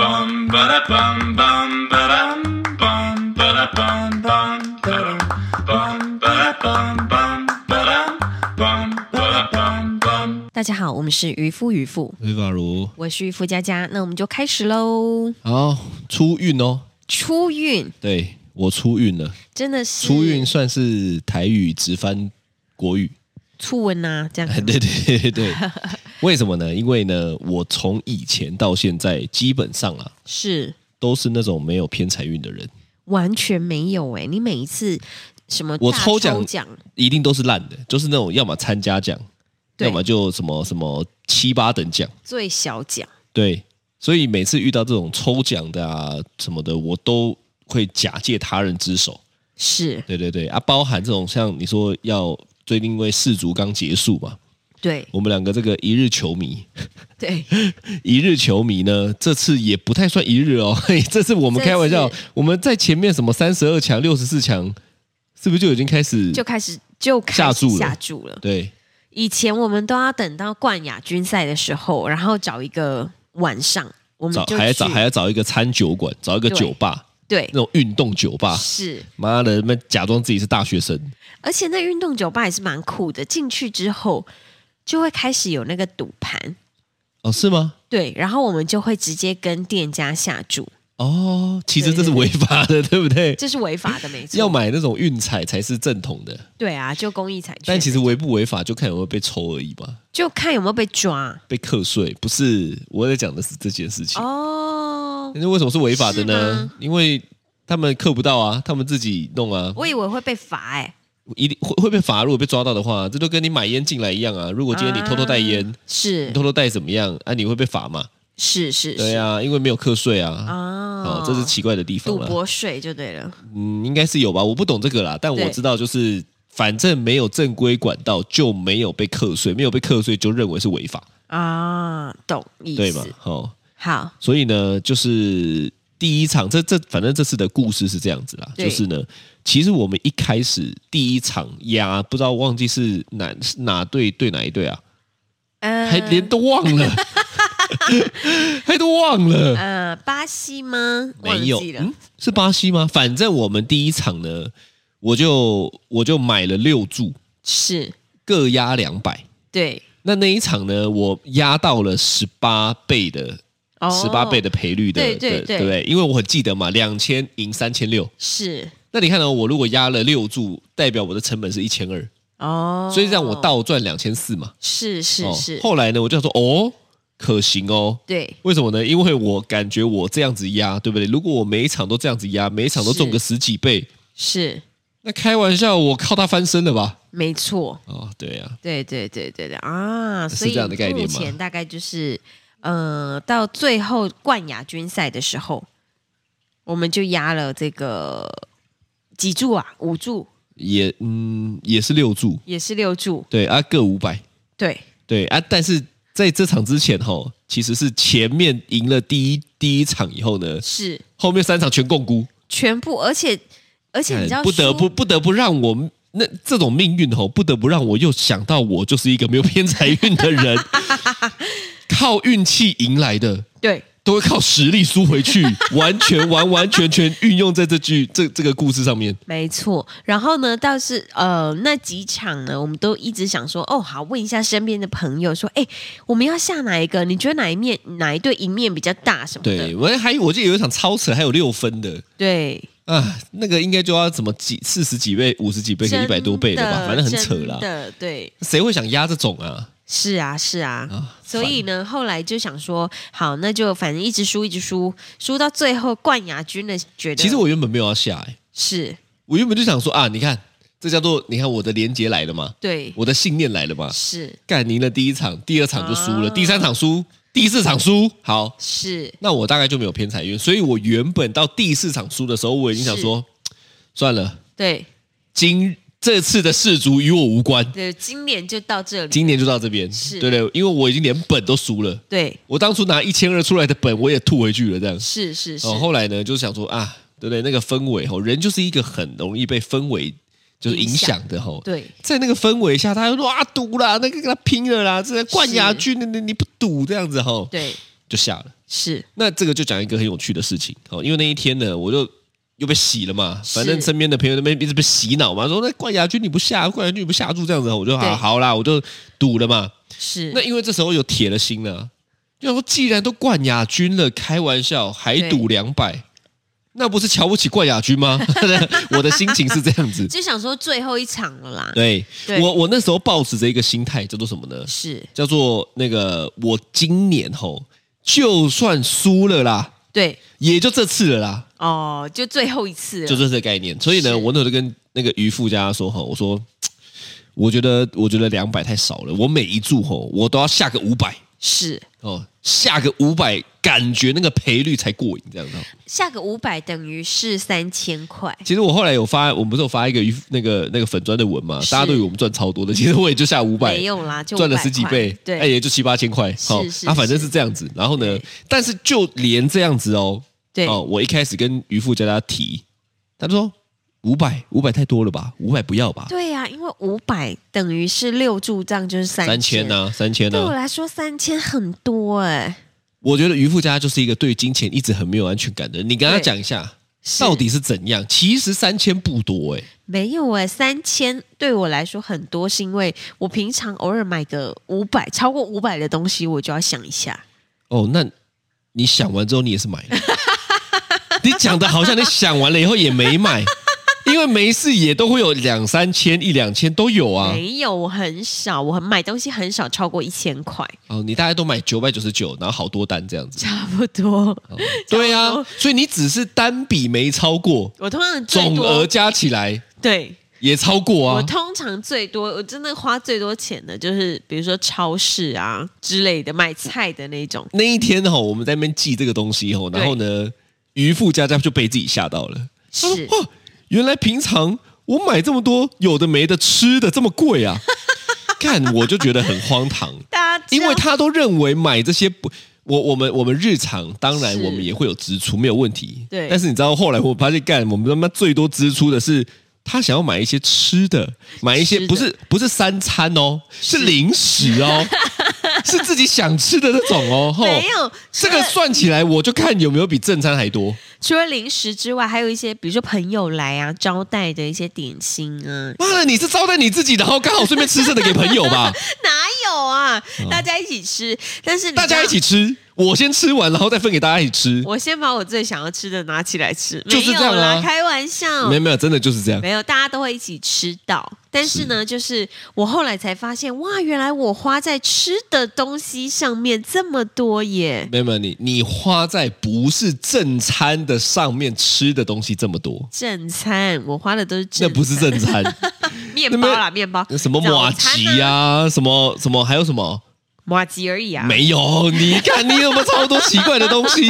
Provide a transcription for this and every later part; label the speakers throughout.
Speaker 1: bum ba da bum bum ba dum bum ba da bum bum ba dum bum ba da bum bum ba dum bum ba da bum bum.
Speaker 2: 大家好，我们是渔夫渔妇，
Speaker 3: 维法如，
Speaker 2: 我是渔夫佳佳，那我们就开始喽。
Speaker 3: 好出运哦，
Speaker 2: 出运
Speaker 3: 对我出运了，
Speaker 2: 真的是
Speaker 3: 出运算是台语直翻国语，
Speaker 2: 初吻呐、啊这样
Speaker 3: 哎
Speaker 2: 子。
Speaker 3: 对对对对，为什么呢？因为呢，我从以前到现在，基本上啊，
Speaker 2: 是
Speaker 3: 都是那种没有偏财运的人，
Speaker 2: 完全没有哎、你每一次什么
Speaker 3: 我
Speaker 2: 大
Speaker 3: 抽奖
Speaker 2: 抽奖
Speaker 3: 一定都是烂的，就是那种要么参加奖，
Speaker 2: 对
Speaker 3: 要么就什么什么七八等奖，
Speaker 2: 最小奖，
Speaker 3: 对，所以每次遇到这种抽奖的啊什么的，我都会假借他人之手。
Speaker 2: 是
Speaker 3: 对对对啊，包含这种像你说要最近因为世足刚结束嘛，
Speaker 2: 对
Speaker 3: 我们两个这个一日球迷，
Speaker 2: 对，
Speaker 3: 一日球迷呢，这次也不太算一日哦， 嘿这次我们
Speaker 2: 这次
Speaker 3: 开玩笑，我们在前面什么三十二强、六十四强，是不是就已经开始
Speaker 2: 就开始就开始
Speaker 3: 下注了
Speaker 2: 下注了。
Speaker 3: 对
Speaker 2: 以前我们都要等到冠亚军赛的时候，然后找一个晚上，我们
Speaker 3: 找
Speaker 2: 就
Speaker 3: 还要
Speaker 2: 去
Speaker 3: 找还要找一个餐酒馆，找一个
Speaker 2: 对
Speaker 3: 酒吧
Speaker 2: 对
Speaker 3: 那。种运动酒吧，
Speaker 2: 是，
Speaker 3: 妈的，那假装自己是大学生，
Speaker 2: 而且那运动酒吧也是蛮酷的。进去之后，就会开始有那个赌盘，
Speaker 3: 哦是吗？
Speaker 2: 对，然后我们就会直接跟店家下注，
Speaker 3: 哦，其实
Speaker 2: 对
Speaker 3: 这
Speaker 2: 对
Speaker 3: 是违法的，对不对？
Speaker 2: 这是违法的，没错。
Speaker 3: 要买那种运彩才是正统的。
Speaker 2: 对啊，就公益彩券，
Speaker 3: 但其实违不违法，就看有没有被抽而已吧，
Speaker 2: 就看有没有被抓
Speaker 3: 被课税不是我在讲的是这件事情。
Speaker 2: 哦。
Speaker 3: 但是为什么是违法的
Speaker 2: 是
Speaker 3: 呢
Speaker 2: 吗？
Speaker 3: 因为他们课不到啊，他们自己弄啊，
Speaker 2: 我以为会被罚哎、
Speaker 3: 一定会会被罚。如果被抓到的话，这就跟你买烟进来一样啊。如果今天你偷偷带烟，
Speaker 2: 啊
Speaker 3: 你
Speaker 2: 是
Speaker 3: 偷偷带怎么样啊？你会被罚嘛？
Speaker 2: 是是，
Speaker 3: 对
Speaker 2: 呀，
Speaker 3: 啊，因为没有课税啊。
Speaker 2: 哦
Speaker 3: 哦，这是奇怪的地方
Speaker 2: 赌
Speaker 3: 了。
Speaker 2: 博税就对了，
Speaker 3: 嗯，应该是有吧，我不懂这个啦，但我
Speaker 2: 对
Speaker 3: 知道就是。反正没有正规管道，就没有被课税，没有被课税就认为是违法，
Speaker 2: 啊，懂意思
Speaker 3: 对吗？好、哦，
Speaker 2: 好，
Speaker 3: 所以呢，就是第一场，这这反正这次的故事是这样子啦，
Speaker 2: 对
Speaker 3: 就是呢，其实我们一开始第一场压，不知道忘记是哪是哪队对哪一队啊，
Speaker 2: 嗯、
Speaker 3: 还连都忘 了，还都忘了，
Speaker 2: 呃巴西吗？
Speaker 3: 没有
Speaker 2: 忘记，了，
Speaker 3: 嗯，是巴西吗？反正我们第一场呢，我就我就买了六注，
Speaker 2: 是
Speaker 3: 各压两百。
Speaker 2: 对，
Speaker 3: 那那一场呢，我压到了十八倍的
Speaker 2: 哦
Speaker 3: 十八倍的赔率的，
Speaker 2: 对对
Speaker 3: 的
Speaker 2: 对
Speaker 3: 不对？因为我很记得嘛，两千赢三千六。
Speaker 2: 哦是
Speaker 3: 那你看呢、我如果压了六注，代表我的成本是一千二，
Speaker 2: 哦，
Speaker 3: 所以让我倒赚两千四嘛。
Speaker 2: 是是
Speaker 3: 哦
Speaker 2: 是，
Speaker 3: 后来呢，我就想说，哦，可行哦。
Speaker 2: 对
Speaker 3: 为什么呢？因为我感觉我这样子压，对不对？如果我每一场都这样子压，每一场都中个十几倍，
Speaker 2: 是
Speaker 3: 那开玩笑，我靠它翻身了吧？
Speaker 2: 没错，
Speaker 3: 哦，对呀、
Speaker 2: 对对对对对啊，
Speaker 3: 是
Speaker 2: 所以
Speaker 3: 这样的概念吗
Speaker 2: 目前大概就是，呃，到最后冠亚军赛的时候，我们就压了这个几注啊，五注
Speaker 3: 也嗯也是六注，
Speaker 2: 也是六注，
Speaker 3: 对啊，各五百。
Speaker 2: 对，
Speaker 3: 对啊，但是在这场之前哈、其实是前面赢了第一第一场以后呢，
Speaker 2: 是
Speaker 3: 后面三场全共估，
Speaker 2: 全部，而且而且你知道
Speaker 3: 哎不得
Speaker 2: 输
Speaker 3: 不不得不让我那这种命运吼、不得不让我又想到我就是一个没有偏财运的 人，靠运气赢来的。
Speaker 2: 对
Speaker 3: 都会靠实力输回去，完全完完全全运用在这句这这个故事上面。
Speaker 2: 没错，然后呢，倒是呃那几场呢，我们都一直想说，哦，好，问一下身边的朋友说，哎，我们要下哪一个？你觉得哪一面哪一队赢面比较大什么的？
Speaker 3: 对，我还我记得有一场超扯，还有六分的
Speaker 2: 对
Speaker 3: 啊，那个应该就要怎么几四十几倍、五十几倍、一百多倍了吧，反正很扯啦
Speaker 2: 真。的，对，
Speaker 3: 谁会想压这种啊？
Speaker 2: 是啊，是啊。
Speaker 3: 啊，
Speaker 2: 所以
Speaker 3: 烦
Speaker 2: 呢，后来就想说，好，那就反正一直输，一直输，输到最后冠亚军的，觉得
Speaker 3: 其实我原本没有要下、欸，
Speaker 2: 是
Speaker 3: 我原本就想说啊，你看这叫做你看我的连接来了嘛，
Speaker 2: 对，
Speaker 3: 我的信念来了嘛，
Speaker 2: 是
Speaker 3: 干赢了第一场，第二场就输了，
Speaker 2: 啊
Speaker 3: 第三场输，第四场输，好，
Speaker 2: 是
Speaker 3: 那我大概就没有偏财运，所以我原本到第四场输的时候，我已经想说，算了，
Speaker 2: 对
Speaker 3: 今这次的世足与我无关，
Speaker 2: 对，今年就到这里，
Speaker 3: 今年就到这边，
Speaker 2: 是
Speaker 3: 对对，因为我已经连本都输了，
Speaker 2: 对，
Speaker 3: 我当初拿一千二出来的本我也吐回去了，这样。
Speaker 2: 是是是，
Speaker 3: 哦，后来呢，就是想说啊，对不对？那个氛围吼，人就是一个很容易被氛围就是影响的吼。
Speaker 2: 对
Speaker 3: 在那个氛围下，他就说啊，赌啦，那个跟他拼了啦，这冠亚军，你你你不赌这样子吼，
Speaker 2: 对
Speaker 3: 就下了。
Speaker 2: 是
Speaker 3: 那这个就讲一个很有趣的事情哦，因为那一天呢，我就又被洗了嘛，
Speaker 2: 是
Speaker 3: 反正身边的朋友那边一直被洗脑嘛，说那冠亚军你不下，冠亚军你不下注这样子，我就啊
Speaker 2: 对
Speaker 3: 好好啦，我就赌了嘛。
Speaker 2: 是，
Speaker 3: 那因为这时候有铁了心了，就想说既然都冠亚军了，开玩笑还赌两百，那不是瞧不起冠亚军吗？ 我的心情是这样 子。
Speaker 2: 就想说最后一场了啦。
Speaker 3: 对
Speaker 2: 对
Speaker 3: 我，我那时候抱持着一个心态，叫做什么呢？
Speaker 2: 是，
Speaker 3: 叫做那个我今年吼，就算输了啦，
Speaker 2: 对，
Speaker 3: 也就这次了啦，
Speaker 2: 哦，就最后一次了。
Speaker 3: 就这次的概念。所以
Speaker 2: 是
Speaker 3: 呢，我那时候就跟那个渔夫家说吼，我说，嘖我觉得我觉得两百太少了，我每一注吼，我都要下个五百
Speaker 2: 是
Speaker 3: 哦，下个五百，感觉那个赔率才过瘾，这样子。
Speaker 2: 下个五百等于是三千块，
Speaker 3: 其实我后来有发，我们不是有发一个渔夫那个那个粉砖的文嘛，
Speaker 2: 是
Speaker 3: 大家都以为我们赚超多的， 其实我也就下五百，
Speaker 2: 没有啦，就
Speaker 3: 赚了
Speaker 2: 500
Speaker 3: 十几
Speaker 2: 块
Speaker 3: 倍，
Speaker 2: 对，
Speaker 3: 哎，也就七八千块，好
Speaker 2: 是是
Speaker 3: 啊，反正
Speaker 2: 是
Speaker 3: 是这样子。然后呢
Speaker 2: 对，
Speaker 3: 但是就连这样子哦，
Speaker 2: 对，
Speaker 3: 哦，我一开始跟渔夫家他提，他就说五百，五百太多了吧，五百不要吧，
Speaker 2: 对呀、因为五百等于是六柱账就是三
Speaker 3: 三千啊
Speaker 2: 呢、
Speaker 3: 呐，三千
Speaker 2: 对我
Speaker 3: 呐。
Speaker 2: 来说三千很多哎、
Speaker 3: 我觉得渔夫家就是一个对金钱一直很没有安全感的人，你跟他
Speaker 2: 对
Speaker 3: 讲一下
Speaker 2: 是
Speaker 3: 到底是怎样。其实三千不多哎，
Speaker 2: 没有哎、三千对我来说很多，是因为我平常偶尔买个五百，超过五百的东西，我就要想一下。
Speaker 3: 哦，那你想完之后你也是买了， 你讲的好像你想完了以后也 没买，因为没事也都会有两三千、一两千都有啊。
Speaker 2: 没有，我很少，我很买东西很少超过一千块，
Speaker 3: 哦，你大概都买九百九十九，然后好多单这样子。
Speaker 2: 差不多。
Speaker 3: 对啊，所以你只是单笔没超过，
Speaker 2: 我通常最
Speaker 3: 总
Speaker 2: 多
Speaker 3: 额加起来
Speaker 2: 对。
Speaker 3: 也超过
Speaker 2: 我
Speaker 3: 啊。
Speaker 2: 通常最多，我真的花最多钱的，就是比如说超市啊之类的，买菜的那种。
Speaker 3: 那一天哈、哦，我们在那边记这个东西哦，然后呢，渔夫家家就被自己吓到了。他说
Speaker 2: 是
Speaker 3: 哇，哦原来平常我买这么多有的没的吃的这么 贵啊！看我就觉得很荒唐，
Speaker 2: 大家知
Speaker 3: 因
Speaker 2: 道
Speaker 3: 为他都认为买这些不。我我们我们日常当然
Speaker 2: 是
Speaker 3: 我们也会有支出，没有问题。
Speaker 2: 对
Speaker 3: 但是你知道后来我发现，干我们他妈最多支出的是他想要买一些吃的，买一些
Speaker 2: 吃的
Speaker 3: 不是不是三餐哦，是零 食哦，是自己想吃的那种哦。吼
Speaker 2: 没有
Speaker 3: 这
Speaker 2: 除
Speaker 3: 个
Speaker 2: 了
Speaker 3: 算起来，我就看有没有比正餐还多。
Speaker 2: 除了零食之外，还有一些比如说朋友来啊招待的一些点心啊，
Speaker 3: 妈的，你是招待你自己，然后刚好顺便吃剩的给朋友吧？
Speaker 2: 哪有啊？大家一起吃，但 是你
Speaker 3: 哦大家一起，吃，我先吃完，然后再分给大家一起吃。
Speaker 2: 我先把我最想要吃的拿起来吃，
Speaker 3: 就是
Speaker 2: 没有
Speaker 3: 这样啊
Speaker 2: 啦开玩笑，
Speaker 3: 没有没有，真的就是 这样。
Speaker 2: 嗯没有，大家都会一起吃到。但是呢，就是我后来才发现，哇，原来我花在吃的东西上面这么多耶！
Speaker 3: 没有没有，你你花在不是正餐的上面吃的东西这么多，
Speaker 2: 正餐我花的都是正
Speaker 3: 那不是正 餐，
Speaker 2: 面包啦，面包
Speaker 3: 什么马吉
Speaker 2: 啊，
Speaker 3: 啊，什么什么还有什么？
Speaker 2: 马吉而已啊。
Speaker 3: 没有，你看你有没有超多奇怪的 东西？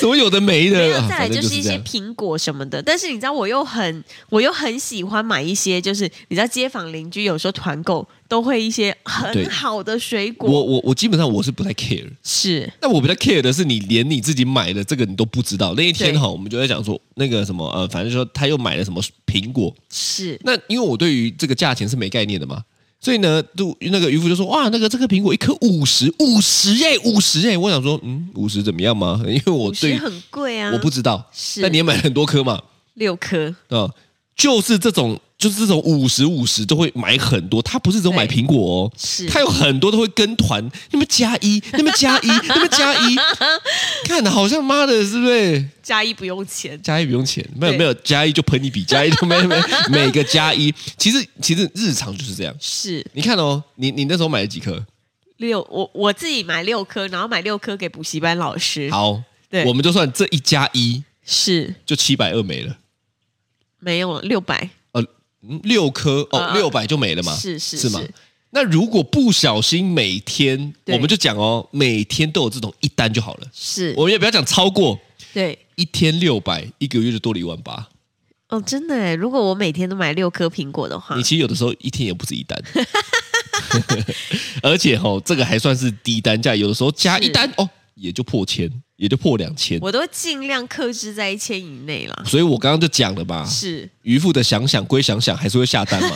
Speaker 3: 什么有的没
Speaker 2: 没
Speaker 3: 的？
Speaker 2: 有，
Speaker 3: 啊
Speaker 2: 再来
Speaker 3: 反正
Speaker 2: 就是一
Speaker 3: 这
Speaker 2: 些
Speaker 3: 样。
Speaker 2: 苹果什么的，但是你知道，我又很，我又很喜欢买一些，就是你知道，街坊邻居有时候团购都会一些
Speaker 3: 对
Speaker 2: 很好的水
Speaker 3: 我
Speaker 2: 果，
Speaker 3: 我我基本上我是不太 care，
Speaker 2: 是
Speaker 3: 但我比较 care 的是你连你自己买的这个你都不知道。那一天
Speaker 2: 对
Speaker 3: 哈，我们就在讲说那个什么呃，反正说他又买了什么苹果，
Speaker 2: 是
Speaker 3: 那因为我对于这个价钱是没概念的嘛，所以呢，就那个渔夫就说：“哇，那个这个苹果一颗五十，五十耶，五十耶。”我想说，嗯，五十怎么样吗？ 因为我
Speaker 2: 五十
Speaker 3: 对
Speaker 2: 很贵啊，
Speaker 3: 我不知道，
Speaker 2: 是
Speaker 3: 但你也买了很多颗嘛，
Speaker 2: 六颗
Speaker 3: 啊、就是这种，就是这种五十五十都会买很多，他不是只有买
Speaker 2: 对
Speaker 3: 苹果哦，
Speaker 2: 是
Speaker 3: 他有很多都会跟团，那么加一，那么 加一，那么加一，看好像妈的，是不是？
Speaker 2: 加一不用钱，
Speaker 3: 加一不用钱，没有
Speaker 2: 对
Speaker 3: 没有加一就喷一笔，加一就 没没每个加一，其实其实日常就是这样。
Speaker 2: 是
Speaker 3: 你看哦，你你那时候买了几颗？
Speaker 2: 六，我我自己买六颗，然后买六颗给补习班老师，
Speaker 3: 好，
Speaker 2: 对
Speaker 3: 我们就算这一加一
Speaker 2: 是
Speaker 3: 就七百二没了，
Speaker 2: 没有六百，
Speaker 3: 呃，嗯六颗哦
Speaker 2: 啊
Speaker 3: 六百就没了嘛，
Speaker 2: 是是
Speaker 3: 是吗
Speaker 2: 是？
Speaker 3: 那如果不小心每天，
Speaker 2: 对
Speaker 3: 我们就讲哦，每天都有这种一单就好了，
Speaker 2: 是
Speaker 3: 我们也不要讲超过
Speaker 2: 对。
Speaker 3: 一天六百，一个月就多了一万八。
Speaker 2: 哦，真的哎！如果我每天都买六颗苹果的话
Speaker 3: 你，其实有的时候一天也不止一单， 而且哦，这个还算是低单价，有的时候加一单哦，也就破千，也就破两千。
Speaker 2: 我都尽量克制在一千以内啦。
Speaker 3: 所以我刚刚就讲了嘛，
Speaker 2: 是，
Speaker 3: 渔夫的想想归想想，还是会下 单嘛。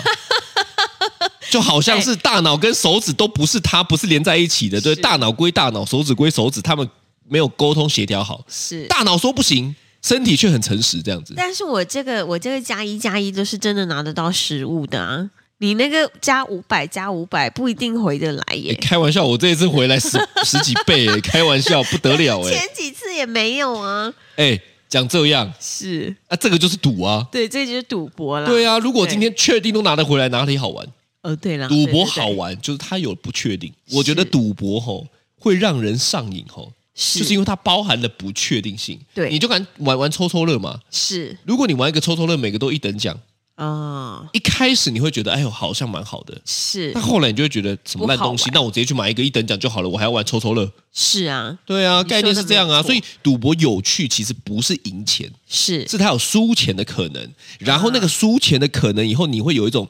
Speaker 3: 就好像是大脑跟手指都不是它，不是连在一起的，对，
Speaker 2: 是
Speaker 3: 大脑归大脑，手指归手指，他们没有沟通协调好，
Speaker 2: 是。
Speaker 3: 大脑说不行，身体却很诚实，这样子。
Speaker 2: 但是我这个我这个加一加一都是真的拿得到实物的啊，你那个加五百加五百不一定回得来
Speaker 3: 诶
Speaker 2: 耶。
Speaker 3: 哎开玩笑，我这一次回来十十几倍、 诶开玩笑不得了哎、
Speaker 2: 前几次也没有啊，
Speaker 3: 诶哎，讲这样
Speaker 2: 是
Speaker 3: 啊，这个就是赌啊，
Speaker 2: 对，这就是赌博啦。
Speaker 3: 对
Speaker 2: 啊，
Speaker 3: 啊，如果今天确定都拿得回来，哪里好玩？
Speaker 2: 哦对了，
Speaker 3: 赌
Speaker 2: 对对
Speaker 3: 博
Speaker 2: 对
Speaker 3: 好玩就是它有不确定，
Speaker 2: 是
Speaker 3: 我觉得赌博吼会让人上瘾吼，
Speaker 2: 是
Speaker 3: 就是因为它包含了不确定性。
Speaker 2: 对
Speaker 3: 你就敢玩玩抽抽乐嘛？
Speaker 2: 是
Speaker 3: 如果你玩一个抽抽乐，每个都一等奖，
Speaker 2: 哦，
Speaker 3: 一开始你会觉得哎呦好像蛮好的，
Speaker 2: 是
Speaker 3: 但后来你就会觉得什么烂东
Speaker 2: 不好
Speaker 3: 西，
Speaker 2: 玩
Speaker 3: 那我直接去买一个一等奖就好了，我还要玩抽抽乐。
Speaker 2: 是啊，
Speaker 3: 对
Speaker 2: 你说
Speaker 3: 啊，
Speaker 2: 的
Speaker 3: 概念是这样
Speaker 2: 没
Speaker 3: 啊，
Speaker 2: 错
Speaker 3: 所以赌博有趣其实不是赢钱，
Speaker 2: 是
Speaker 3: 是它有输钱的可能，然后那个输钱的可能以后你会有一种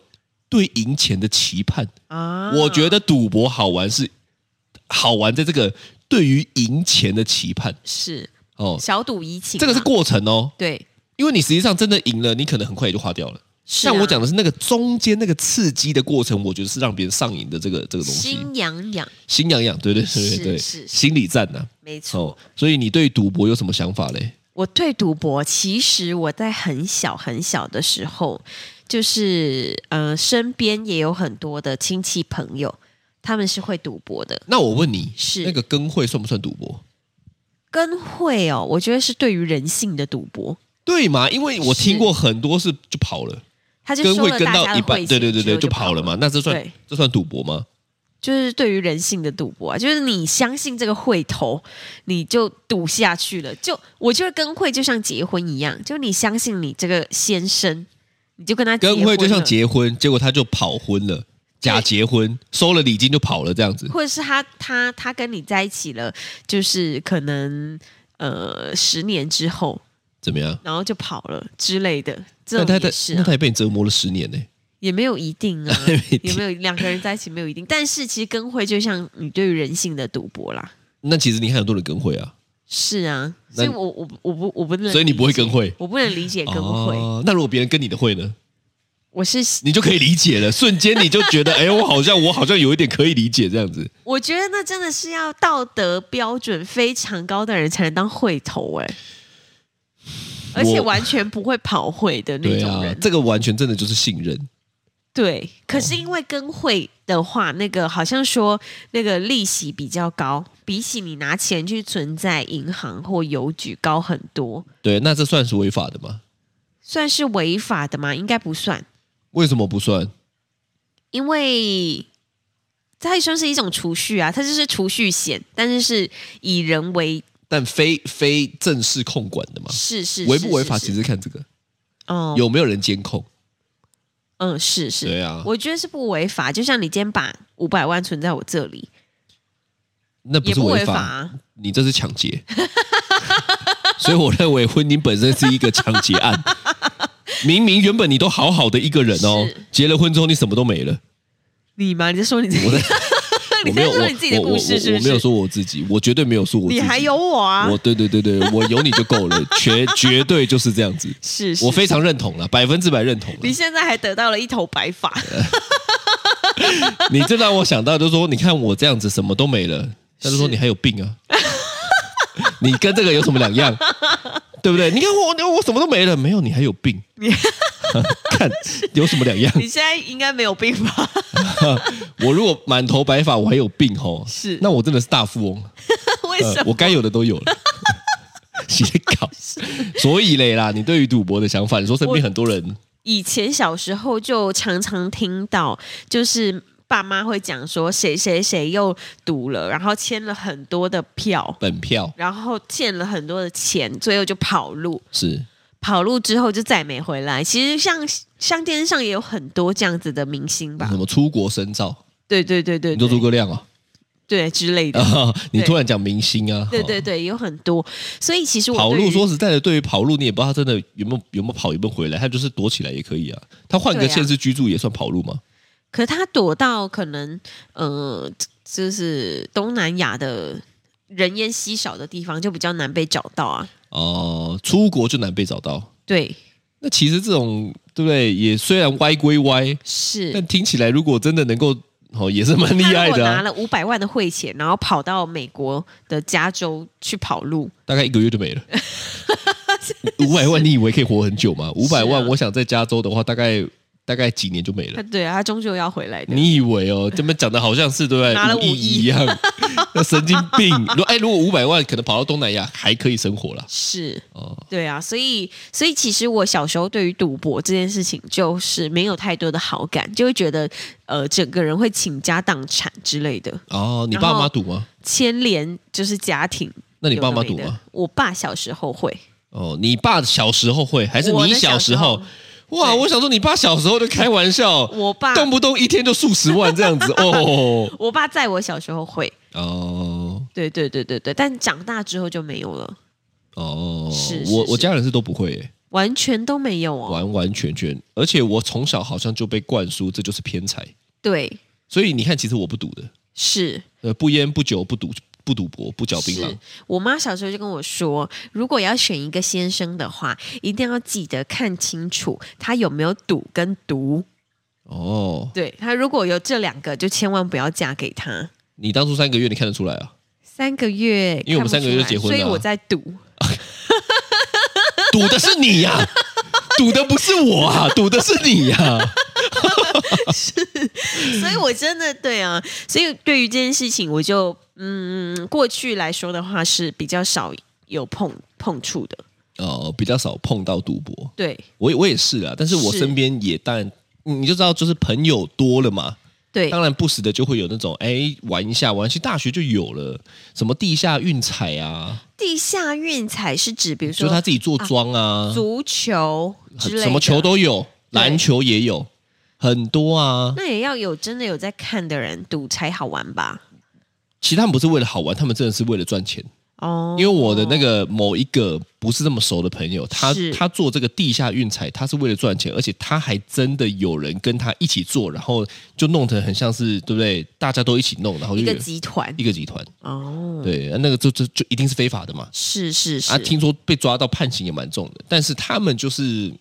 Speaker 3: 对赢钱的期盼。
Speaker 2: 啊，
Speaker 3: 我觉得赌博好玩是好玩，在这个对于赢钱的期盼
Speaker 2: 是
Speaker 3: 哦，
Speaker 2: 小赌怡情啊，
Speaker 3: 这个是过程哦，
Speaker 2: 对，
Speaker 3: 因为你实际上真的赢了，你可能很快也就花掉了。
Speaker 2: 是啊
Speaker 3: 像我讲的是那个中间那个刺激的过程，我觉得是让别人上瘾的这个这个东西，
Speaker 2: 心痒痒，
Speaker 3: 心痒痒，对对对对
Speaker 2: 是
Speaker 3: 对，
Speaker 2: 是是
Speaker 3: 心理战呐、
Speaker 2: 没错。
Speaker 3: 哦，所以你对赌博有什么想法嘞？
Speaker 2: 我对赌博，其实我在很小很小的时候，就是呃，身边也有很多的亲戚朋友，他们是会赌博的。
Speaker 3: 那我问你，
Speaker 2: 是
Speaker 3: 那个跟会算不算赌博？
Speaker 2: 跟会哦，我觉得是对于人性的赌博，
Speaker 3: 对嘛？因为我听过很多是就跑了，
Speaker 2: 他就
Speaker 3: 跟
Speaker 2: 收
Speaker 3: 会
Speaker 2: 了
Speaker 3: 跟
Speaker 2: 大家
Speaker 3: 到
Speaker 2: 的
Speaker 3: 一
Speaker 2: 会
Speaker 3: 半，对
Speaker 2: 钱
Speaker 3: 对对
Speaker 2: 之
Speaker 3: 对，
Speaker 2: 后
Speaker 3: 就
Speaker 2: 就
Speaker 3: 跑了嘛。，那这算
Speaker 2: 对
Speaker 3: 这算赌博吗？
Speaker 2: 就是对于人性的赌博啊，就是你相信这个会头，你就赌下去了。就我觉得跟会就像结婚一样，就你相信你这个先生，你就跟他结
Speaker 3: 跟会就像
Speaker 2: 了
Speaker 3: 结婚，结果他就跑婚了，假结婚，收了礼金就跑了，这样子。
Speaker 2: 或者是他他他跟你在一起了，就是可能呃十年之后，
Speaker 3: 怎么样？
Speaker 2: 然后就跑了之类的，这
Speaker 3: 那他
Speaker 2: 种
Speaker 3: 他
Speaker 2: 也是、
Speaker 3: 那
Speaker 2: 啊
Speaker 3: 他、也被你折磨了十年呢、，
Speaker 2: 也没有一定啊
Speaker 3: 没一定
Speaker 2: 也没有两个人在一起没有一定，但是其实跟会就像你对于人性的赌博啦，
Speaker 3: 那其实你还有很多人跟会啊，
Speaker 2: 是啊，所
Speaker 3: 那
Speaker 2: 以我我不我不我不能理解，
Speaker 3: 所以你不会跟会
Speaker 2: 我不能理解跟会，
Speaker 3: 哦。那如果别人跟你的会呢，
Speaker 2: 我是
Speaker 3: 你就可以理解了，瞬间你就觉得，哎，我好像我好像有一点可以理解这样子。
Speaker 2: 我觉得那真的是要道德标准非常高的人才能当会头哎、而且完全不会跑会的那
Speaker 3: 对
Speaker 2: 种
Speaker 3: 啊
Speaker 2: 人，，
Speaker 3: 这个完全真的就是信任。
Speaker 2: 对，可
Speaker 3: 哦
Speaker 2: 是因为跟会的话，那个好像说那个利息比较高，比起你拿钱去存在银行或邮局高很多，
Speaker 3: 对，那这算是违法的吗？
Speaker 2: 算是违法的吗？应该不算，
Speaker 3: 为什么不算？
Speaker 2: 因为它也算是一种储蓄啊，它就是储蓄险，但是是以人为
Speaker 3: 但非非正式控管的嘛，
Speaker 2: 是是
Speaker 3: 违不违法
Speaker 2: 是
Speaker 3: 其
Speaker 2: 是
Speaker 3: 实看这个
Speaker 2: 哦，
Speaker 3: 有没有人监控。
Speaker 2: 嗯是是，
Speaker 3: 对啊，
Speaker 2: 我觉得是不违法。就像你今天把五百万存在我这里，
Speaker 3: 那不
Speaker 2: 也
Speaker 3: 是
Speaker 2: 不
Speaker 3: 违
Speaker 2: 违法
Speaker 3: 法，
Speaker 2: 啊。
Speaker 3: 你这是抢劫。 所以我认为婚姻本身是一个抢劫案。明明原本你都好好的一个人哦
Speaker 2: 是，
Speaker 3: 结了婚之后你什么都没了。
Speaker 2: 你吗？你在说你自己
Speaker 3: 我？
Speaker 2: 你
Speaker 3: 我
Speaker 2: 在
Speaker 3: 没有，我
Speaker 2: 说你自己的
Speaker 3: 我我
Speaker 2: 故事是不
Speaker 3: 我我没
Speaker 2: 是
Speaker 3: 有？说我自己，我绝对没有说我自己。
Speaker 2: 你还有我啊
Speaker 3: 我？对对对对，我有你就够了， 绝绝对就是这样子。
Speaker 2: 是是
Speaker 3: 我非常认同了，百分之百认同了。
Speaker 2: 你现在还得到了一头白发，
Speaker 3: 呃你这让我想到，就是说，你看我这样子什么都没了，他就是说你还有病啊， 你跟这个有什么两样？对不对？你看我我什么都没了，没有你还有病， 看有什么两样？
Speaker 2: 你现在应该没有病吧？
Speaker 3: 我如果满头白发，我还有病吼，
Speaker 2: 是
Speaker 3: 那我真的是大富翁，
Speaker 2: 为
Speaker 3: 呃
Speaker 2: 什么？
Speaker 3: 我该有的都有 了。写稿，所以嘞啦，你对于赌博的想法，你说身边很多人
Speaker 2: 以前小时候就常常听到，就是爸妈会讲说谁谁谁又赌了，然后签了很多的票，
Speaker 3: 本 票
Speaker 2: 然后欠了很多的钱，最后就跑路。
Speaker 3: 是
Speaker 2: 跑路之后就再没回来。其实像像电视上也有很多这样子的明星吧
Speaker 3: 什，么出国深造，
Speaker 2: 对对对啊对
Speaker 3: 嗯你说诸
Speaker 2: 对，
Speaker 3: 葛亮啊，
Speaker 2: 对之类的，
Speaker 3: 你
Speaker 2: 对
Speaker 3: 突然讲明星啊，
Speaker 2: 对
Speaker 3: 哦
Speaker 2: 对对，有很多。所以其实我
Speaker 3: 跑
Speaker 2: 对
Speaker 3: 路，
Speaker 2: 于
Speaker 3: 说实在的，对于跑路，你也不知道他真的有没有有没有跑有没有回来，他就是躲起来也可以啊。他换个
Speaker 2: 对啊
Speaker 3: 县市居住也算跑路吗？
Speaker 2: 可他躲到可能呃，就是东南亚的人烟稀少的地方，就比较难被找到啊。
Speaker 3: 哦、出国就难被找到。
Speaker 2: 对，
Speaker 3: 那其实这种对不对？也虽然歪归歪，
Speaker 2: 是
Speaker 3: 但听起来如果真的能够哦，也是蛮厉
Speaker 2: 他
Speaker 3: 害
Speaker 2: 如果
Speaker 3: 的啊、
Speaker 2: 拿了五百万的汇钱，然后跑到美国的加州去跑路，
Speaker 3: 大概一个月就没了。五百万，你以为可以活很久
Speaker 2: 啊
Speaker 3: 吗？五百万，我想在加州的话，大概大概几年就没
Speaker 2: 他
Speaker 3: 了。
Speaker 2: 对啊，他终究要回来的。
Speaker 3: 你以为哦，这么讲的好像是对不对？
Speaker 2: 拿了
Speaker 3: 五亿
Speaker 2: 五亿
Speaker 3: 一 样，那神经病。如果哎，如果五百万，可能跑到东南亚还可以生活啦。
Speaker 2: 是，
Speaker 3: 哦，
Speaker 2: 对啊，所以所以其实我小时候对于赌博这件事情就是没有太多的好感，就会觉得呃整个人会倾家荡产之类的，
Speaker 3: 哦，你
Speaker 2: 然后
Speaker 3: 爸妈赌吗？
Speaker 2: 牵连就是家庭。
Speaker 3: 那你爸妈
Speaker 2: 有
Speaker 3: 赌
Speaker 2: 的没的
Speaker 3: 吗？？
Speaker 2: 我爸小时候会，
Speaker 3: 哦，你爸小时候会，还是
Speaker 2: 我
Speaker 3: 你
Speaker 2: 的小
Speaker 3: 时
Speaker 2: 时
Speaker 3: 候
Speaker 2: 候？
Speaker 3: 哇，
Speaker 2: 对
Speaker 3: 我想说，你爸小时候就开玩笑，
Speaker 2: 我爸
Speaker 3: 动不动一天就数十万这样子。哦
Speaker 2: 我爸在我小时候会，
Speaker 3: 哦
Speaker 2: 对对对对对，但长大之后就没有了，
Speaker 3: 哦，
Speaker 2: 是是
Speaker 3: 我
Speaker 2: 是
Speaker 3: 我家人是都不会耶。
Speaker 2: 完全都没有哦。
Speaker 3: 完完全全，而且我从小好像就被灌输这就是偏财，
Speaker 2: 对，
Speaker 3: 所以你看，其实我不赌的，
Speaker 2: 是
Speaker 3: 呃，不烟不酒不赌不赌博不嚼槟榔
Speaker 2: 是，我妈小时候就跟我说，如果要选一个先生的话，一定要记得看清楚他有没有赌跟毒。
Speaker 3: 哦，
Speaker 2: 对他如果有这两个，就千万不要嫁给他。
Speaker 3: 你当初三个月你看得出来啊？
Speaker 2: 三个月，
Speaker 3: 因为我们
Speaker 2: 看
Speaker 3: 三
Speaker 2: 不
Speaker 3: 个月就
Speaker 2: 出来
Speaker 3: 结婚
Speaker 2: 所以
Speaker 3: 了啊
Speaker 2: 我在赌。
Speaker 3: 赌的是你呀、赌的不是我 啊，赌的是你呀、
Speaker 2: 所以我真的对啊，所以对于这件事情，我就嗯，过去来说的话是比较少有碰碰触的。
Speaker 3: 哦，比较少碰到赌博，
Speaker 2: 对
Speaker 3: 我我也是啊，但是我
Speaker 2: 是
Speaker 3: 身边也当然你你就知道，就是朋友多了嘛，
Speaker 2: 对，
Speaker 3: 当然不时的就会有那种哎玩一下玩一下，其实大学就有了什么地下运彩啊，
Speaker 2: 地下运彩是指比如
Speaker 3: 就
Speaker 2: 说
Speaker 3: 是他自己做庄啊，
Speaker 2: 足球之类的，
Speaker 3: 什么球都有，
Speaker 2: 对
Speaker 3: 篮球也有，很多啊。
Speaker 2: 那也要有真的有在看的人赌才好玩吧？
Speaker 3: 其实他们不是为了好玩，他们真的是为了赚钱。
Speaker 2: 哦
Speaker 3: 因，为我的那个某一个不是那么熟的朋友，他
Speaker 2: 是
Speaker 3: 他做这个地下运彩，他是为了赚钱，而且他还真的有人跟他一起做，然后就弄得很像是对不对？大家都一起弄，然后就
Speaker 2: 一个
Speaker 3: 有
Speaker 2: 集团
Speaker 3: 一个集团，
Speaker 2: 哦，
Speaker 3: 对，啊那个就就就一定是非法的嘛。
Speaker 2: 是是是，
Speaker 3: 啊，听说被抓到判刑也蛮重的，但是他们就是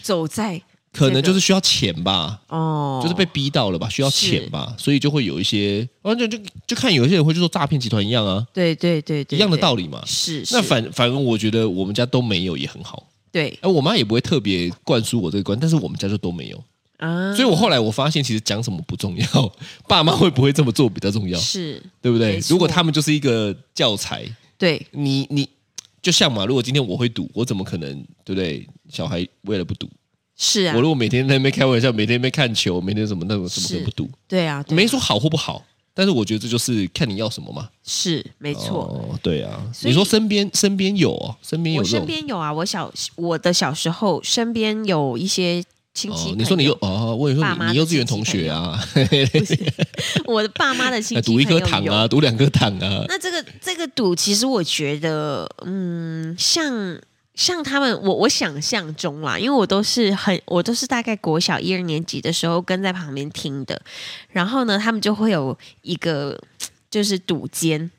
Speaker 2: 走在
Speaker 3: 可能
Speaker 2: 这个
Speaker 3: 就是需要钱吧，
Speaker 2: 哦，
Speaker 3: 就是被逼到了吧，需要钱吧，所以就会有一些，完全就就看有一些人会去做诈骗集团一样啊，
Speaker 2: 对对对对
Speaker 3: 一样的道
Speaker 2: 理
Speaker 3: 理嘛。
Speaker 2: 是，
Speaker 3: 那
Speaker 2: 是
Speaker 3: 反反而我觉得我们家都没有也很好，
Speaker 2: 对
Speaker 3: 哎，我妈也不会特别灌输我这个观，但是我们家就都没有，
Speaker 2: 啊，
Speaker 3: 所以我后来我发现其实讲什么不重要，爸妈会不会这么做比较 重要，
Speaker 2: 是
Speaker 3: 对不对
Speaker 2: 没？错
Speaker 3: 如果他们就是一个教材，
Speaker 2: 对
Speaker 3: 你你就像嘛，如果今天我会赌，我怎么可能对不对？小孩为了不赌，
Speaker 2: 是啊
Speaker 3: 我，如果每天在那边开玩笑，每天在那边看球，每天什么那个怎么可能
Speaker 2: 是
Speaker 3: 不赌？
Speaker 2: 对啊，对啊
Speaker 3: 没说好或不好，但是我觉得这就是看你要什么嘛。
Speaker 2: 是没错。
Speaker 3: 哦，对啊，
Speaker 2: 所以
Speaker 3: 你说身边身边有哦，身边有
Speaker 2: 我
Speaker 3: 这
Speaker 2: 身
Speaker 3: 种
Speaker 2: 边有啊，我小我的小时候身边有一些亲戚朋
Speaker 3: 哦
Speaker 2: 友，，
Speaker 3: 你说你有哦，我有说
Speaker 2: 爸
Speaker 3: 你
Speaker 2: 妈的
Speaker 3: 你幼稚园
Speaker 2: 亲
Speaker 3: 同
Speaker 2: 戚
Speaker 3: 学 啊，
Speaker 2: 我的爸妈的亲戚
Speaker 3: 读一
Speaker 2: 朋
Speaker 3: 颗
Speaker 2: 友
Speaker 3: 糖
Speaker 2: 有
Speaker 3: 啊，读两颗糖 啊，
Speaker 2: 那这个这个赌，其实我觉得，嗯，像像他们，我我想象中啦，因为我都是很，我都是大概国小一二年级的时候跟在旁边听的，然后呢，他们就会有一个就是赌监，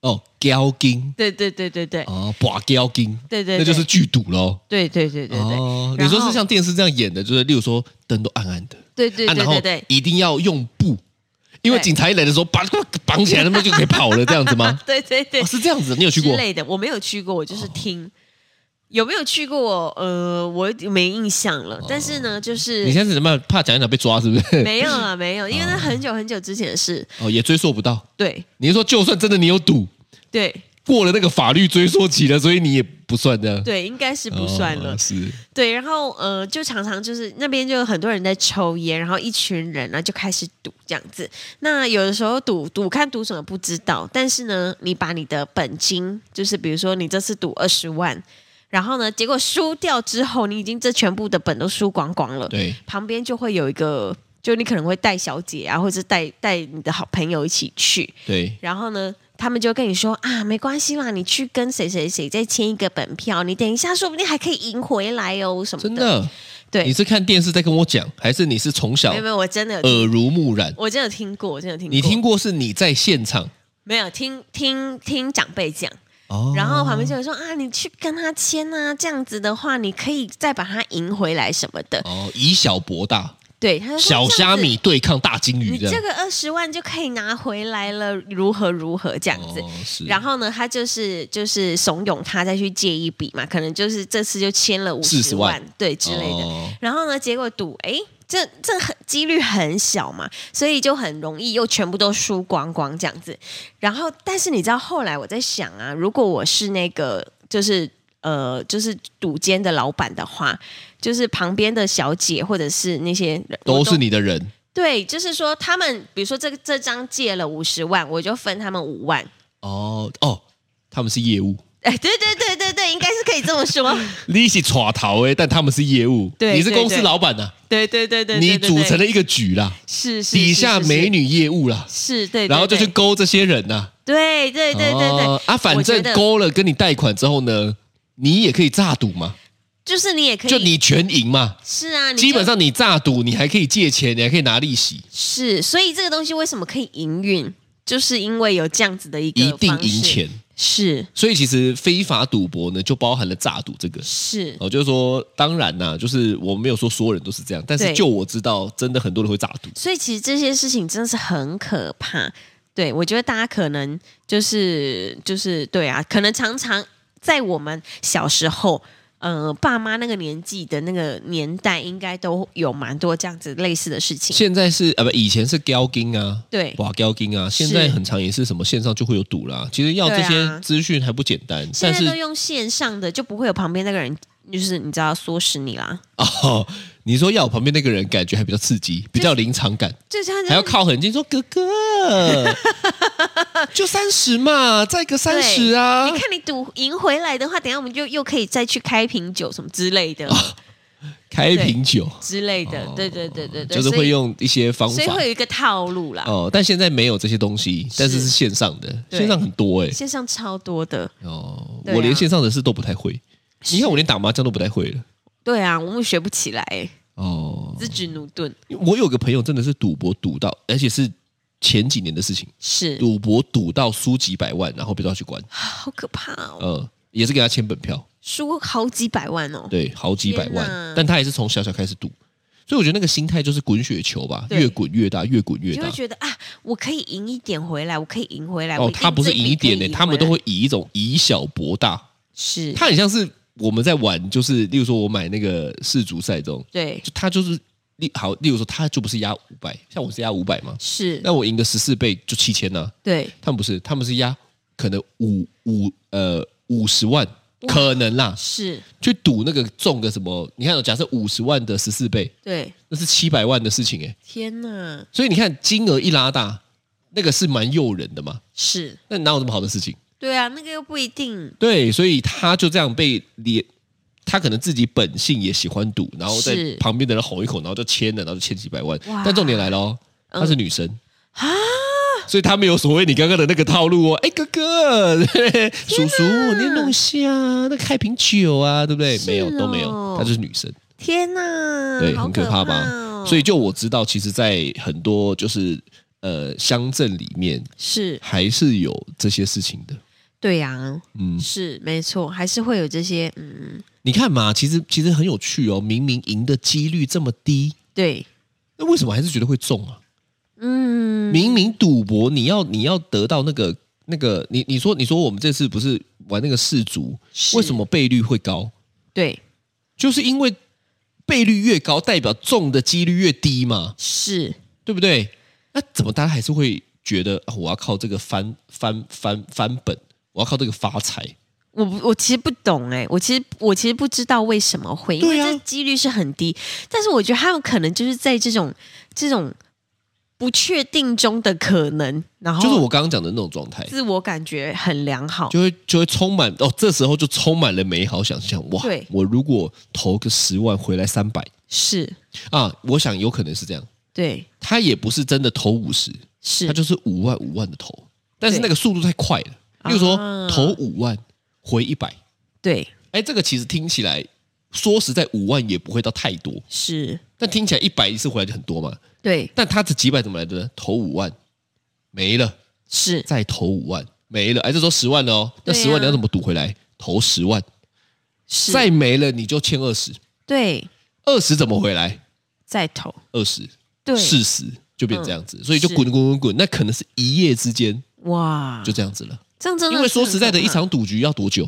Speaker 3: 哦，胶金
Speaker 2: 对对对对对，
Speaker 3: 哦，拔胶金，
Speaker 2: 对对对
Speaker 3: 那就是剧赌喽。
Speaker 2: 对对对对对，
Speaker 3: 哦，你
Speaker 2: 然后
Speaker 3: 说是像电视这样演的，就是例如说灯都暗暗的，
Speaker 2: 对对
Speaker 3: 啊
Speaker 2: 对
Speaker 3: 然后
Speaker 2: 对对。
Speaker 3: 一定要用布，因为
Speaker 2: 对？
Speaker 3: 警察一来的时候，把 绑起来，他们就可以跑了，这样子吗
Speaker 2: 对对 对
Speaker 3: 哦，，是这样子，你有去过哦
Speaker 2: 之？类的，我没有去过，我就是听。有没有去过？呃，我没印象了。但是呢，就是
Speaker 3: 哦你现在是怎么样怕讲一讲被抓是不是？
Speaker 2: 没有 啊，没有，因为那很久很久之前的事。
Speaker 3: 哦，也追溯不到。
Speaker 2: 对
Speaker 3: 你是说，就算真的你有赌，
Speaker 2: 对
Speaker 3: 过了那个法律追溯期了，所以你也不算这样，
Speaker 2: 对，应该是不算了。
Speaker 3: 哦是
Speaker 2: 对，然后呃，就常常就是那边就有很多人在抽烟，然后一群人呢就开始赌这样子。那有的时候赌赌看赌什么不知道，但是呢，你把你的本金，就是比如说你这次赌二十万，然后呢，结果输掉之后，你已经这全部的本都输光光了。
Speaker 3: 对
Speaker 2: 旁边就会有一个，就你可能会带小姐啊，或者是带带你的好朋友一起去，
Speaker 3: 对
Speaker 2: 然后呢，他们就跟你说啊，没关系啦，你去跟谁谁谁再签一个本票，你等一下说不定还可以赢回来哦，什么
Speaker 3: 真的。
Speaker 2: 对
Speaker 3: 你是看电视在跟我讲，还是你是从小
Speaker 2: 没有没有，我真的有听，
Speaker 3: 耳濡目染？
Speaker 2: 我真的有听过，我真的有听过，
Speaker 3: 你听过是你在现场
Speaker 2: 没有？听听听长辈讲。
Speaker 3: 哦，
Speaker 2: 然后旁边就有说啊，你去跟他签啊，这样子的话，你可以再把他赢回来什么的。
Speaker 3: 哦以小博大，
Speaker 2: 对，他就说
Speaker 3: 哦小虾，米对抗大金
Speaker 2: 这样子
Speaker 3: 鱼
Speaker 2: 你
Speaker 3: 这
Speaker 2: 这
Speaker 3: 样。
Speaker 2: 个二十万就可以拿回来了，如何如何这样子。
Speaker 3: 哦，是。
Speaker 2: 然后呢，他就是就是怂恿他再去借一笔嘛，可能就是这次就签了五
Speaker 3: 40
Speaker 2: 十
Speaker 3: 万
Speaker 2: 对之类的。
Speaker 3: 哦
Speaker 2: 然后呢，结果赌，哎，这这很几率很小嘛，所以就很容易又全部都输光光这样子。然后，但是你知道后来我在想啊，如果我是那个就是呃就是赌间的老板的话，就是旁边的小姐或者是那些
Speaker 3: 都是你的人
Speaker 2: 对，就是说他们比如说这个这张借了五十万，我就分他们五万。
Speaker 3: 哦哦，他们是业务，
Speaker 2: 哎，对对对对对，应该是可以这么说。
Speaker 3: 你是耍逃哎，但他们是业务，
Speaker 2: 对
Speaker 3: 你是公司
Speaker 2: 对对
Speaker 3: 老板呐，
Speaker 2: 对对对对，
Speaker 3: 你
Speaker 2: 对对
Speaker 3: 组
Speaker 2: 对
Speaker 3: 成了一个局啦，
Speaker 2: 是是
Speaker 3: 底下美
Speaker 2: 女
Speaker 3: 女业务啦，
Speaker 2: 是对，对
Speaker 3: 然后就去
Speaker 2: 对
Speaker 3: 勾这些人呐，
Speaker 2: 对对对对对
Speaker 3: 哦啊，反
Speaker 2: 我觉
Speaker 3: 正
Speaker 2: 得
Speaker 3: 勾了跟你贷款之后呢，你也可以诈赌嘛，
Speaker 2: 就是你也可以，
Speaker 3: 就你全赢嘛，
Speaker 2: 是啊，你就
Speaker 3: 基本上你诈赌，你还可以借钱，你还可以拿利息，
Speaker 2: 是，所以这个东西为什么可以营运，就是因为有这样子的一个
Speaker 3: 一定
Speaker 2: 方式
Speaker 3: 赢，钱。
Speaker 2: 是
Speaker 3: 所以其实非法赌博呢，就包含了诈赌这个。
Speaker 2: 是，
Speaker 3: 哦，就是说，当然啦，就是我没有说所有人都是这样，但是
Speaker 2: 对
Speaker 3: 就我知道，真的很多人会诈赌。
Speaker 2: 所以其实这些事情真的是很可怕。对，我觉得大家可能就是就是对啊，可能常常在我们小时候，呃，爸妈那个年纪的那个年代，应该都有蛮多这样子类似的事情。
Speaker 3: 现在是啊，不，以前是交金啊，
Speaker 2: 对，
Speaker 3: 哇，交金啊，
Speaker 2: 是
Speaker 3: 现在很长也是什么线上就会有赌啦。其实要这
Speaker 2: 对
Speaker 3: 些
Speaker 2: 啊
Speaker 3: 资讯还不简单，
Speaker 2: 现
Speaker 3: 但
Speaker 2: 在都
Speaker 3: 是
Speaker 2: 用线上的，就不会有旁边那个人，就是你知道唆使你啦。
Speaker 3: 哦，你说要我旁边那个人感觉还比较刺激，比较临场感，
Speaker 2: 就像
Speaker 3: 还要靠很近说哥 哥，就三十嘛，再个三十啊
Speaker 2: 你，看你赌赢回来的话，等一下我们就又可以再去开瓶酒什么之类
Speaker 3: 哦
Speaker 2: 的、
Speaker 3: 开一瓶酒，
Speaker 2: 之类的。对对对对对，
Speaker 3: 哦就是
Speaker 2: 所
Speaker 3: 会
Speaker 2: 以
Speaker 3: 用一些方
Speaker 2: 所以
Speaker 3: 法
Speaker 2: 会有一个套路啦。
Speaker 3: 哦，但现在没有这些东西，但是是线上的，
Speaker 2: 对
Speaker 3: 线上很多哎、
Speaker 2: 线上超多的，
Speaker 3: 哦，
Speaker 2: 对啊
Speaker 3: 我连线上的事都不太会，你看我连打麻将都不太会了。
Speaker 2: 对啊，我们学不起来、欸，
Speaker 3: 哦，
Speaker 2: 自举驽钝
Speaker 3: 我有个朋友真的是赌博赌到，而且是前几年的事情，
Speaker 2: 是，
Speaker 3: 赌博赌到输几百万，然后被抓去关，
Speaker 2: 好可怕哦，
Speaker 3: 呃，也是给他签本票，
Speaker 2: 输好几百万哦，
Speaker 3: 对，好几百
Speaker 2: 天哪
Speaker 3: 万，但他也是从小小开始赌，所以我觉得那个心态就是滚雪球吧，
Speaker 2: 对
Speaker 3: 越滚越大，越滚越
Speaker 2: 你就
Speaker 3: 大
Speaker 2: 会。觉得啊，我可以赢一点回来，我可以赢啊回来。我
Speaker 3: 哦，
Speaker 2: 定
Speaker 3: 他不是
Speaker 2: 这笔
Speaker 3: 赢一
Speaker 2: 可以
Speaker 3: 点呢、欸
Speaker 2: 回
Speaker 3: 他们都
Speaker 2: 来
Speaker 3: 会以一种以小博大，
Speaker 2: 是，
Speaker 3: 他很像是我们在玩，就是例如说我买那个世足赛中，
Speaker 2: 对
Speaker 3: 就他就是例好，例如说他就不是压五百，像我是压五百嘛，
Speaker 2: 是，
Speaker 3: 那我赢个十四倍就七千啊呐，
Speaker 2: 对
Speaker 3: 他们不是，他们是压可能五五呃五十万，可能啦，
Speaker 2: 是，
Speaker 3: 去赌那个中个什么，你看哦，假设五十万的十四倍，
Speaker 2: 对，
Speaker 3: 那是七百万的事情诶、
Speaker 2: 天哪，
Speaker 3: 所以你看金额一拉大，那个是蛮诱人的嘛，
Speaker 2: 是
Speaker 3: 那哪有这么好的事情？
Speaker 2: 对啊，那个又不一定
Speaker 3: 对，所以他就这样被连，他可能自己本性也喜欢赌，然后在
Speaker 2: 是
Speaker 3: 旁边的人吼一口，然后就签了，然后就欠几百万。
Speaker 2: 哇嗯
Speaker 3: 但重点来了哦，她是女生、啊，所以她没有所谓你刚刚的那个套路哦。哎，哥哥，叔叔，你弄一下那开瓶酒啊，对不对？
Speaker 2: 是
Speaker 3: 没有，都没有
Speaker 2: 哦，
Speaker 3: 她就是女生，
Speaker 2: 天哪，
Speaker 3: 对，
Speaker 2: 好
Speaker 3: 很可怕吧？
Speaker 2: 哦
Speaker 3: 所以就我知道，其实，在很多就是呃乡镇里面，
Speaker 2: 是
Speaker 3: 还是有这些事情的。
Speaker 2: 对啊，
Speaker 3: 嗯
Speaker 2: 是没错，还是会有这些，嗯，
Speaker 3: 你看嘛，其实其实很有趣哦。明明赢的几率这么低，
Speaker 2: 对，
Speaker 3: 那为什么还是觉得会中啊？
Speaker 2: 嗯，
Speaker 3: 明明赌博，你要你要得到那个那个，你你说你说我们这次不是玩那个世足，
Speaker 2: 是
Speaker 3: 为什么倍率会高？
Speaker 2: 对，
Speaker 3: 就是因为倍率越高，代表中的几率越低嘛，
Speaker 2: 是
Speaker 3: 对不对？那怎么大家还是会觉得、啊我要靠这个翻翻翻翻本，我要靠这个发财？
Speaker 2: 我不我其实不懂哎、我其实我其实不知道为什么会，因为
Speaker 3: 对啊
Speaker 2: 这几率是很低，但是我觉得他们可能就是在这种这种不确定中的可能，然后
Speaker 3: 就是我刚刚讲的那种状态，
Speaker 2: 自我感觉很良好，
Speaker 3: 就会就会充满哦，这时候就充满了美好想象哇
Speaker 2: 对！
Speaker 3: 我如果投个十万回来三百
Speaker 2: 是
Speaker 3: 啊，我想有可能是这样。
Speaker 2: 对
Speaker 3: 他也不是真的投五十，
Speaker 2: 是，
Speaker 3: 他就是五万五万的投，但是
Speaker 2: 对
Speaker 3: 那个速度太快了。例如说
Speaker 2: 啊
Speaker 3: 投五万回一百，
Speaker 2: 对
Speaker 3: 哎，这个其实听起来说实在五万也不会到太多，
Speaker 2: 是，
Speaker 3: 但听起来一百一次回来就很多嘛。
Speaker 2: 对
Speaker 3: 但他这几百怎么来的呢？投五万没了，
Speaker 2: 是
Speaker 3: 再投五万没了，哎，这时候十万了哦，那
Speaker 2: 对啊
Speaker 3: 十万你要怎么赌回来？投十万。
Speaker 2: 是，
Speaker 3: 再没了你就欠二十，
Speaker 2: 对
Speaker 3: 二十怎么回来？
Speaker 2: 再投，
Speaker 3: 二十
Speaker 2: 对，嗯
Speaker 3: 四十就变这样子，所以就是滚滚滚滚，那可能是一夜之间
Speaker 2: 哇，
Speaker 3: 就这样子了。
Speaker 2: 这样真的
Speaker 3: 因为
Speaker 2: 是
Speaker 3: 说
Speaker 2: 很
Speaker 3: 实在的，
Speaker 2: 可
Speaker 3: 一
Speaker 2: 怕
Speaker 3: 场赌局要多久？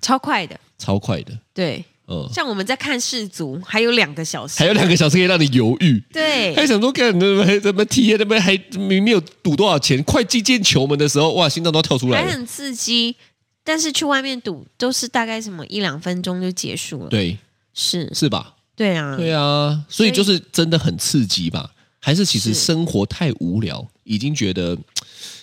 Speaker 2: 超快的，
Speaker 3: 超快的，
Speaker 2: 对，
Speaker 3: 嗯，
Speaker 2: 像我们在看世足还有两个小时，
Speaker 3: 还有两个小时可以让你犹豫。
Speaker 2: 对，
Speaker 3: 还想说，干你们还怎么体验那边还明明有赌多少钱，快击进球门的时候，哇，心脏都要跳出来
Speaker 2: 还
Speaker 3: 了。
Speaker 2: 很刺激，但是去外面赌都是大概什么一两分钟就结束了，
Speaker 3: 对，
Speaker 2: 是，
Speaker 3: 是吧？
Speaker 2: 对啊，
Speaker 3: 对啊，所以
Speaker 2: 所以
Speaker 3: 就是真的很刺激吧？还是其实
Speaker 2: 是
Speaker 3: 生活太无聊，已经觉得，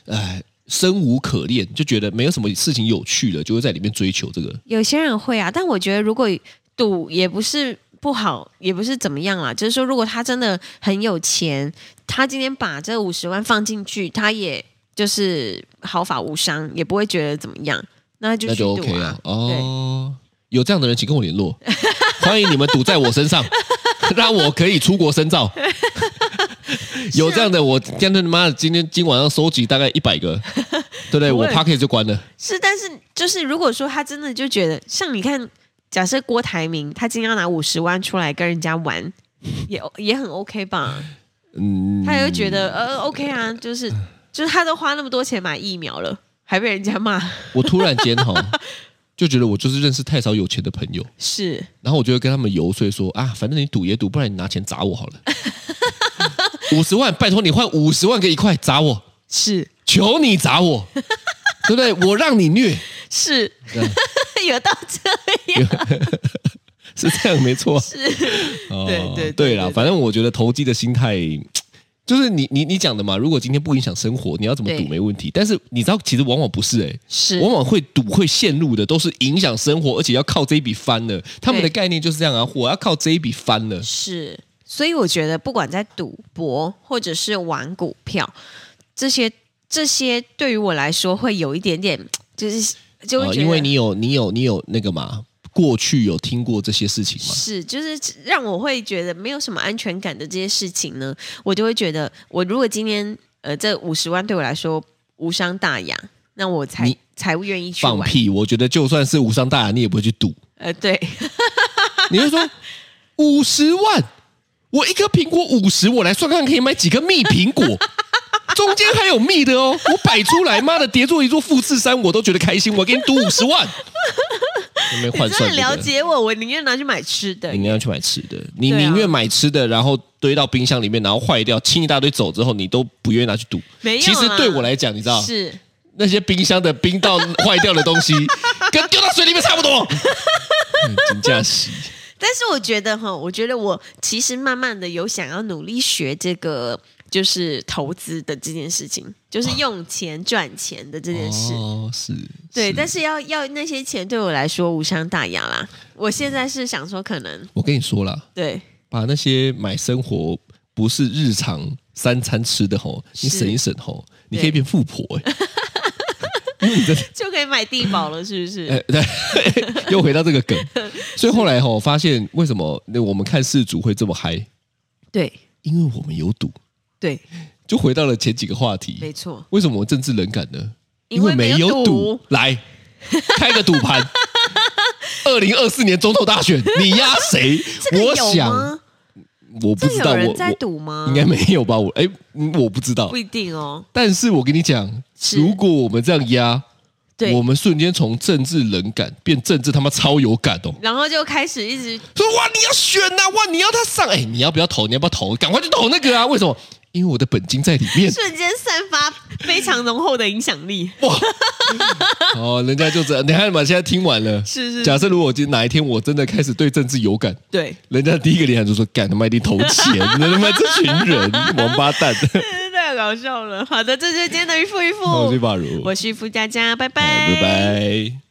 Speaker 3: 哎，生无可恋，就觉得没有什么事情有趣了，就会在里面追求这个。
Speaker 2: 有些人会啊，但我觉得如果赌也不是不好，也不是怎么样啦。就是说，如果他真的很有钱，他今天把这五十万放进去，他也就是毫发无伤，也不会觉得怎么样，那就
Speaker 3: 那
Speaker 2: 去
Speaker 3: 就
Speaker 2: 赌
Speaker 3: OK
Speaker 2: 啊
Speaker 3: 了。。哦，有这样的人，请跟我联络。 欢迎你们赌在我身上， 让我可以出国 深造。有这样的，我真的他妈的，今天今晚上收集大概一百个，对不对？
Speaker 2: 不
Speaker 3: 我
Speaker 2: 会
Speaker 3: p o c k e t 就关了。
Speaker 2: 是，但是就是如果说他真的就觉得，像你看，假设郭台铭他今天要拿五十万出来跟人家玩，也也很 OK 吧？
Speaker 3: 嗯，
Speaker 2: 他也会觉得、呃 OK 啊，就是就是他都花那么多钱买疫苗了，还被人家骂，
Speaker 3: 我突然间 哈，就觉得我就是认识太少有钱的朋友，
Speaker 2: 是。
Speaker 3: 然后我就会跟他们游说说啊，反正你赌也赌，不然你拿钱砸 我好了。五十万，拜托你换五十万给一块砸我，
Speaker 2: 是
Speaker 3: 求你砸我，对不对？我让你虐。
Speaker 2: 是
Speaker 3: 嗯，
Speaker 2: 有到这样，
Speaker 3: 是这样没错，是，
Speaker 2: 对对对
Speaker 3: 对啦，
Speaker 2: 对对
Speaker 3: 反正我觉得投机的心态。就是你你你讲的嘛，如果今天不影响生活，你要怎么赌
Speaker 2: 对
Speaker 3: 没问题。但是你知道，其实往往不是哎、
Speaker 2: 是
Speaker 3: 往往会赌会陷入的都是影响生活，而且要靠这一笔翻了。他们的
Speaker 2: 对
Speaker 3: 概念就是这样啊，我要靠这一笔翻了。
Speaker 2: 是，所以我觉得不管在赌博或者是玩股票，这些这些对于我来说会有一点点，就是就会
Speaker 3: 啊
Speaker 2: 觉得、
Speaker 3: 因为你有你有你有那个嘛，过去有听过这些事情嘛，
Speaker 2: 是就是让我会觉得没有什么安全感的这些事情呢，我就会觉得我如果今天呃这五十万对我来说无伤大雅，那我才
Speaker 3: 你
Speaker 2: 才会愿意去
Speaker 3: 放
Speaker 2: 玩。
Speaker 3: 屁！我觉得就算是无伤大雅，你也不会去赌。
Speaker 2: 呃，对，
Speaker 3: 你就说五十万，我一颗苹果五十，我来算看可以买几个蜜苹 果，中间还有蜜的哦，我摆出来，妈的叠做一座富士山，我都觉得开心，我给你赌五十万，有没有
Speaker 2: 你 真
Speaker 3: 换
Speaker 2: 的
Speaker 3: 算、
Speaker 2: 很
Speaker 3: 这个
Speaker 2: 了解我，我宁愿拿去买吃的
Speaker 3: 你。宁愿去买吃的，你
Speaker 2: 对啊
Speaker 3: 宁愿买吃的，然后堆到冰箱里面，然后坏掉，清一大堆走之后，你都不愿意拿去赌。
Speaker 2: 没有
Speaker 3: 其实
Speaker 2: 啦
Speaker 3: 对我来讲，你知道，
Speaker 2: 是
Speaker 3: 那些冰箱的冰到坏掉的东西，跟丢到水里面差 不多。嗯金价洗，
Speaker 2: 但是我觉得哈，我觉得我其实慢慢的有想要努力学这个，就是投资的这件事情，就是用钱赚钱的这件事。
Speaker 3: 哦，是，
Speaker 2: 对，但是要要那些钱对我来说无伤大雅啦。我现在是想说，可能
Speaker 3: 我跟你说啦，
Speaker 2: 对
Speaker 3: 把那些买生活不是日常三餐吃的吼，你
Speaker 2: 是
Speaker 3: 省一省吼，你
Speaker 2: 对
Speaker 3: 可以变富婆哎、
Speaker 2: 就可以买地保了，是不是？
Speaker 3: 哎对， 又回到这个梗，所以后来吼发现为什么那我们看世足会这么嗨，
Speaker 2: 对
Speaker 3: 因为我们有赌，
Speaker 2: 对，
Speaker 3: 就回到了前几个话
Speaker 2: 没
Speaker 3: 题，
Speaker 2: 错，
Speaker 3: 为什么我政治冷感呢？
Speaker 2: 因为
Speaker 3: 没
Speaker 2: 没有
Speaker 3: 有
Speaker 2: 赌
Speaker 3: 来 开个赌盘。二零二四年总统大 选，你压谁？
Speaker 2: 这个
Speaker 3: 我
Speaker 2: 有
Speaker 3: 想，
Speaker 2: 吗？
Speaker 3: 我不
Speaker 2: 这
Speaker 3: 知
Speaker 2: 个
Speaker 3: 道，
Speaker 2: 有
Speaker 3: 我
Speaker 2: 人在
Speaker 3: 我
Speaker 2: 赌吗？
Speaker 3: 应该没有吧？我哎，嗯我不知道
Speaker 2: 不，一定哦。
Speaker 3: 但是我跟你讲，
Speaker 2: 是
Speaker 3: 如果我们这样压，
Speaker 2: 对
Speaker 3: 我，们瞬间从政治冷感变政治他妈超有感哦！
Speaker 2: 然后就开始一直
Speaker 3: 说哇，你要选呐、哇，你要他上，哎，你要不要投？你要不要投？赶快去投那个啊！为什么？因为我的本金在里面
Speaker 2: 瞬间散发非常浓厚的影响力。
Speaker 3: 哇！哦，人家就这样，你看嘛，现在听完了。
Speaker 2: 啊是是，
Speaker 3: 假设如果今哪一天我真的开始对政治有感，
Speaker 2: 对。
Speaker 3: 人家第一个联想就说：“干他妈一定投钱，他妈这群人王八蛋。
Speaker 2: 太搞 笑了。好的，这就是今天的渔夫渔夫，”
Speaker 3: 我是法如，
Speaker 2: 我是渔夫佳佳，拜拜，
Speaker 3: 拜拜。